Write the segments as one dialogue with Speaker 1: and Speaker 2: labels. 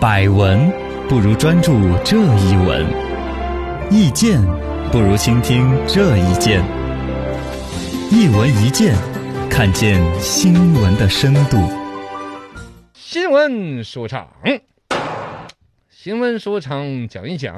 Speaker 1: 百闻不如专注这一闻，意见不如倾听这一见。一闻一见，看见新闻的深度。
Speaker 2: 新闻说唱，新闻说唱讲一讲，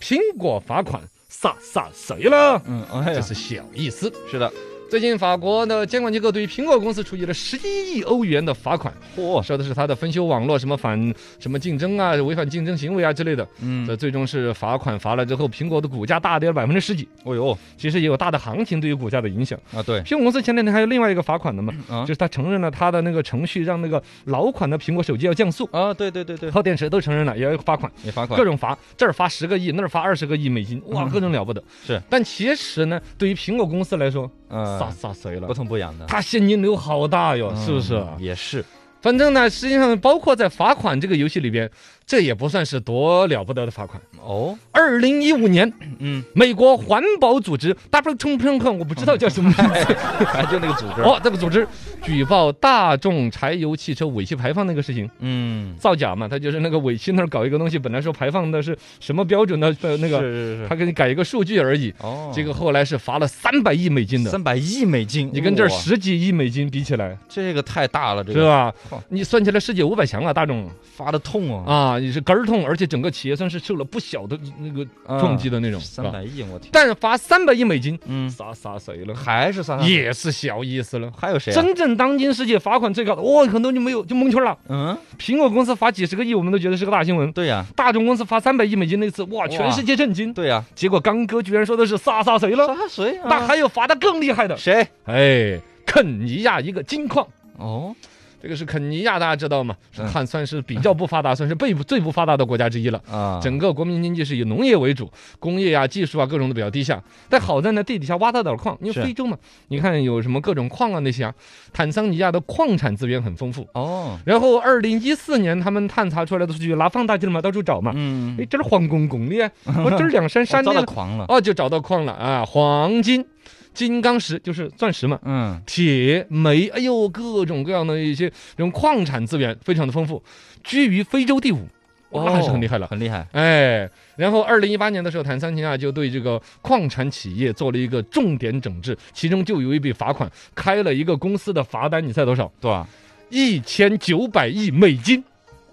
Speaker 2: 苹果罚款杀杀谁了？
Speaker 3: 嗯，哎
Speaker 2: 这
Speaker 3: 呀，
Speaker 2: 是小意思。
Speaker 3: 是的，
Speaker 2: 最近法国的监管机构对于苹果公司处以了十一亿欧元的罚款，
Speaker 3: 嚯，
Speaker 2: 说的是它的分修网络什么反什么竞争啊、违反竞争行为啊之类的。
Speaker 3: 嗯
Speaker 2: 这，最终是罚款罚了之后，苹果的股价大跌了百分之十几，
Speaker 3: 哦呦，
Speaker 2: 其实也有大的行情对于股价的影响。
Speaker 3: 啊对，
Speaker 2: 苹果公司前两天还有另外一个罚款的嘛，
Speaker 3: 啊
Speaker 2: 就是他承认了他的那个程序让那个老款的苹果手机要降速，
Speaker 3: 啊对对对对，
Speaker 2: 靠电池都承认了，也要罚款，
Speaker 3: 你罚款嗯
Speaker 2: 各，种罚，这儿罚十个亿，那儿罚二十个亿美金，哇，各种了不得。
Speaker 3: 是，
Speaker 2: 但其实呢，对于苹果公司来说，
Speaker 3: 嗯
Speaker 2: 撒撒谁了
Speaker 3: 不？痛不痒的，
Speaker 2: 他现金流好大哟，是不啊是？
Speaker 3: 嗯也是，
Speaker 2: 反正呢，实际上包括在罚款这个游戏里边，这也不算是多了不得的罚款。
Speaker 3: 哦，
Speaker 2: 二零一五年，
Speaker 3: 嗯，
Speaker 2: 美国环保组织 W 冲冲冲，我不知道叫什么名字。
Speaker 3: 哎，就那个组织，
Speaker 2: 哦，这个组织举报大众柴油汽车尾气排放那个事情，
Speaker 3: 嗯，
Speaker 2: 造假嘛，他就是那个尾气那儿搞一个东西，本来说排放的是什么标准的呃那个，
Speaker 3: 是是
Speaker 2: 他
Speaker 3: 是，
Speaker 2: 给你改一个数据而已。
Speaker 3: 哦，
Speaker 2: 结果后来是罚了三百亿美金的，
Speaker 3: 三百亿美金，
Speaker 2: 你跟这儿
Speaker 3: 哇
Speaker 2: 十几亿美金比起来，
Speaker 3: 这个太大了，这
Speaker 2: 是
Speaker 3: 个
Speaker 2: 吧
Speaker 3: 哇？
Speaker 2: 你算起来世界五百强啊，大众
Speaker 3: 发的痛啊，
Speaker 2: 啊，你是根儿痛，而且整个企业算是受了不小的那个撞击的那种。
Speaker 3: 啊三
Speaker 2: 是吧，
Speaker 3: 百亿，我天，
Speaker 2: 但罚三百亿美金，
Speaker 3: 嗯，
Speaker 2: 啥啥谁了？
Speaker 3: 还是三，
Speaker 2: 也是小意思了。
Speaker 3: 还有谁啊？
Speaker 2: 真正当今世界罚款最高的，哇，很多就没有就蒙圈了。
Speaker 3: 嗯，
Speaker 2: 苹果公司罚几十个亿，我们都觉得是个大新闻。
Speaker 3: 对呀，
Speaker 2: 大众公司罚三百亿美金那次，哇，全世界震惊。
Speaker 3: 对呀，
Speaker 2: 结果刚哥居然说的是杀杀谁了？
Speaker 3: 杀谁啊？
Speaker 2: 那还有罚的更厉害的，
Speaker 3: 谁？
Speaker 2: 哎，肯尼亚一个金矿，
Speaker 3: 哦，
Speaker 2: 这个是肯尼亚，大家知道吗？是
Speaker 3: 嗯
Speaker 2: 看算是比较不发达，算是被最不发达的国家之一了。
Speaker 3: 啊，
Speaker 2: 整个国民经济是以农业为主，工业呀、技术啊各种都比较低下。但好在呢，地底下挖到点矿，因为
Speaker 3: 嗯是
Speaker 2: 非洲嘛，你看有什么各种矿啊那些啊，坦桑尼亚的矿产资源很丰富。
Speaker 3: 哦，
Speaker 2: 然后二零一四年他们探查出来的数据，拿放大镜嘛，到处找嘛。
Speaker 3: 嗯
Speaker 2: 哎，，这儿黄公公 的，我这儿两山
Speaker 3: 我
Speaker 2: 山
Speaker 3: 遭
Speaker 2: 的
Speaker 3: 到，狂了，
Speaker 2: 哦，就找到矿了啊，黄金、金刚石就是钻石嘛，
Speaker 3: 嗯，
Speaker 2: 铁、煤，哎呦，各种各样的一些这种矿产资源非常的丰富，居于非洲第五，哇，还是很厉害了。
Speaker 3: 很厉害，
Speaker 2: 哎，然后二零一八年的时候，坦桑尼啊亚就对这个矿产企业做了一个重点整治，其中就有一笔罚款，开了一个公司的罚单，你猜多少？
Speaker 3: 对吧？
Speaker 2: 一千九百亿美金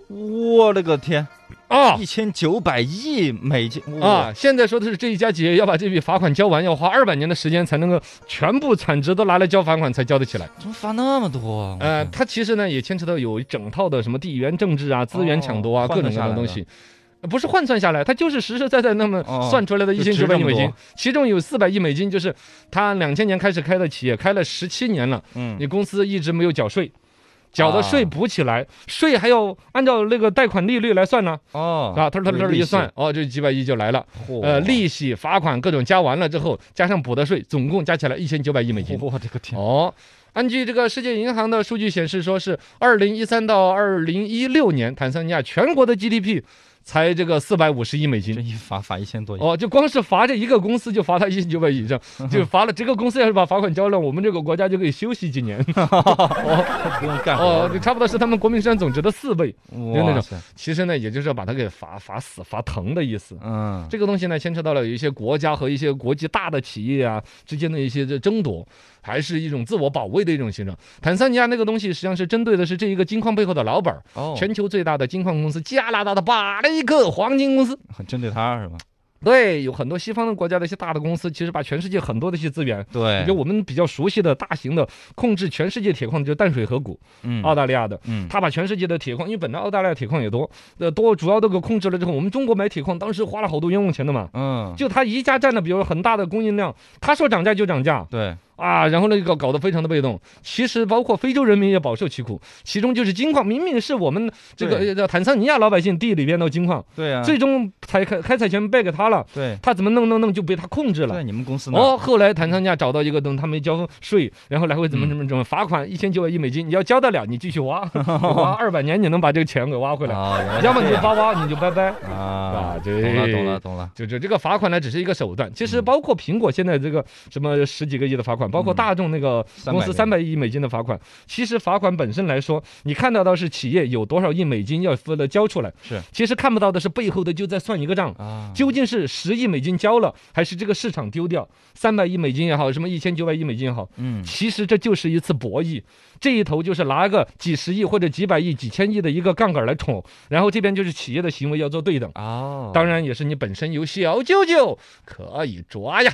Speaker 3: 我勒个天！
Speaker 2: 啊！
Speaker 3: 哦一千九百亿美金哇
Speaker 2: 啊，！现在说的是这一家企业要把这笔罚款交完，要花二百年的时间才能够全部产值都拿来交罚款才交得起来。
Speaker 3: 怎么发那么多啊？
Speaker 2: 呃，
Speaker 3: 我
Speaker 2: 它其实呢也牵扯到有一整套的什么地缘政治啊、资源抢夺啊、
Speaker 3: 哦
Speaker 2: 各种各样的东西。呃不是换算下来，它就是实实在在那么
Speaker 3: 哦
Speaker 2: 算出来的一
Speaker 3: 就
Speaker 2: 千
Speaker 3: 值
Speaker 2: 九百
Speaker 3: 这
Speaker 2: 亿
Speaker 3: 么
Speaker 2: 美金
Speaker 3: 多，
Speaker 2: 其中有四百亿美金就是他两千年开始开的企业，开了十七年了，
Speaker 3: 嗯
Speaker 2: 你公司一直没有缴税，缴的税
Speaker 3: 啊
Speaker 2: 补起来，税还要按照那个贷款利率来算呢，
Speaker 3: 哦
Speaker 2: 啊，他说他这
Speaker 3: 有
Speaker 2: 儿
Speaker 3: 利
Speaker 2: 一
Speaker 3: 息
Speaker 2: 算，哦，这几百亿就来了。
Speaker 3: 嚯
Speaker 2: 呃，利息、罚款各种加完了之后，加上补的税，总共加起来一千九百亿美金。
Speaker 3: 我的个天！
Speaker 2: 哦，按据这个世界银行的数据显示，说是二零一三到二零一六年，坦桑尼亚全国的 GDP 才这个四百五十亿美
Speaker 3: 这
Speaker 2: 金。
Speaker 3: 一罚罚一千多亿，
Speaker 2: 哦，就光是罚这一个公司就罚他一千九百以上，就罚了这个公司要是把罚款交了，我们这个国家就可以休息几年。
Speaker 3: 不用干活
Speaker 2: 哦
Speaker 3: 了，，
Speaker 2: 差不多是他们国民生产总值的四倍。就那
Speaker 3: 哇
Speaker 2: 种
Speaker 3: 塞
Speaker 2: 其实呢，也就是要把他给罚罚死、罚疼的意思。
Speaker 3: 嗯，
Speaker 2: 这个东西呢，牵扯到了有一些国家和一些国际大的企业啊之间的一些这争夺，还是一种自我保卫的一种形状。坦桑尼亚那个东西实际上是针对的是这一个金矿背后的老板儿，
Speaker 3: 哦，
Speaker 2: 全球最大的金矿公司加拿大的巴雷克黄金公司。
Speaker 3: 很针对他是吧？
Speaker 2: 对，有很多西方的国家的一些大的公司，其实把全世界很多的一些资源。
Speaker 3: 对，
Speaker 2: 就我们比较熟悉的大型的控制全世界铁矿的就是淡水河谷，
Speaker 3: 嗯
Speaker 2: 澳大利亚的，
Speaker 3: 嗯，
Speaker 2: 啊他把全世界的铁矿，因为本来澳大利亚铁矿也多，呃多主要都给控制了之后，我们中国买铁矿当时花了好多冤枉钱的嘛，
Speaker 3: 嗯，
Speaker 2: 就他一家占了，比如很大的供应量，他说涨价就涨价
Speaker 3: 对，
Speaker 2: 啊，然后那个搞得非常的被动。其实包括非洲人民也饱受其苦，其中就是金矿，明明是我们这个
Speaker 3: 对
Speaker 2: 呃坦桑尼亚老百姓地里边的金矿，
Speaker 3: 对啊，
Speaker 2: 最终采开开采权败给他了，
Speaker 3: 对
Speaker 2: 他怎么弄弄弄就被他控制了
Speaker 3: 对，。你们公司呢？啊
Speaker 2: 哦，后来坦桑尼亚找到一个东，他没交税，然后来回怎么
Speaker 3: 嗯
Speaker 2: 怎么怎么罚款一千九百亿美金，你要交得了，你继续 挖，挖二百年你能把这个钱给挖回来，
Speaker 3: 啊，原来
Speaker 2: 要么
Speaker 3: 是
Speaker 2: 你
Speaker 3: 这样
Speaker 2: 挖挖你就拜拜。啊，
Speaker 3: 啊懂了懂了懂了，
Speaker 2: 嗯就就这个罚款呢，只是一个手段。其实包括苹果现在这个什么十几个亿的罚款，款，包括大众那个公司嗯三
Speaker 3: 300
Speaker 2: 百亿美金的罚款。其实罚款本身来说，你看到的是企业有多少亿美金要分了交出来，
Speaker 3: 是
Speaker 2: 其实看不到的是背后的就在算一个账。
Speaker 3: 啊，
Speaker 2: 究竟是十亿美金交了，还是这个市场丢掉三百亿美金也好，什么一千九百亿美金也好，
Speaker 3: 嗯
Speaker 2: 其实这就是一次博弈，这一头就是拿个几十亿或者几百亿、几千亿的一个杠杆来捅，然后这边就是企业的行为要做对等。
Speaker 3: 哦，
Speaker 2: 当然也是你本身有小舅舅可以抓呀，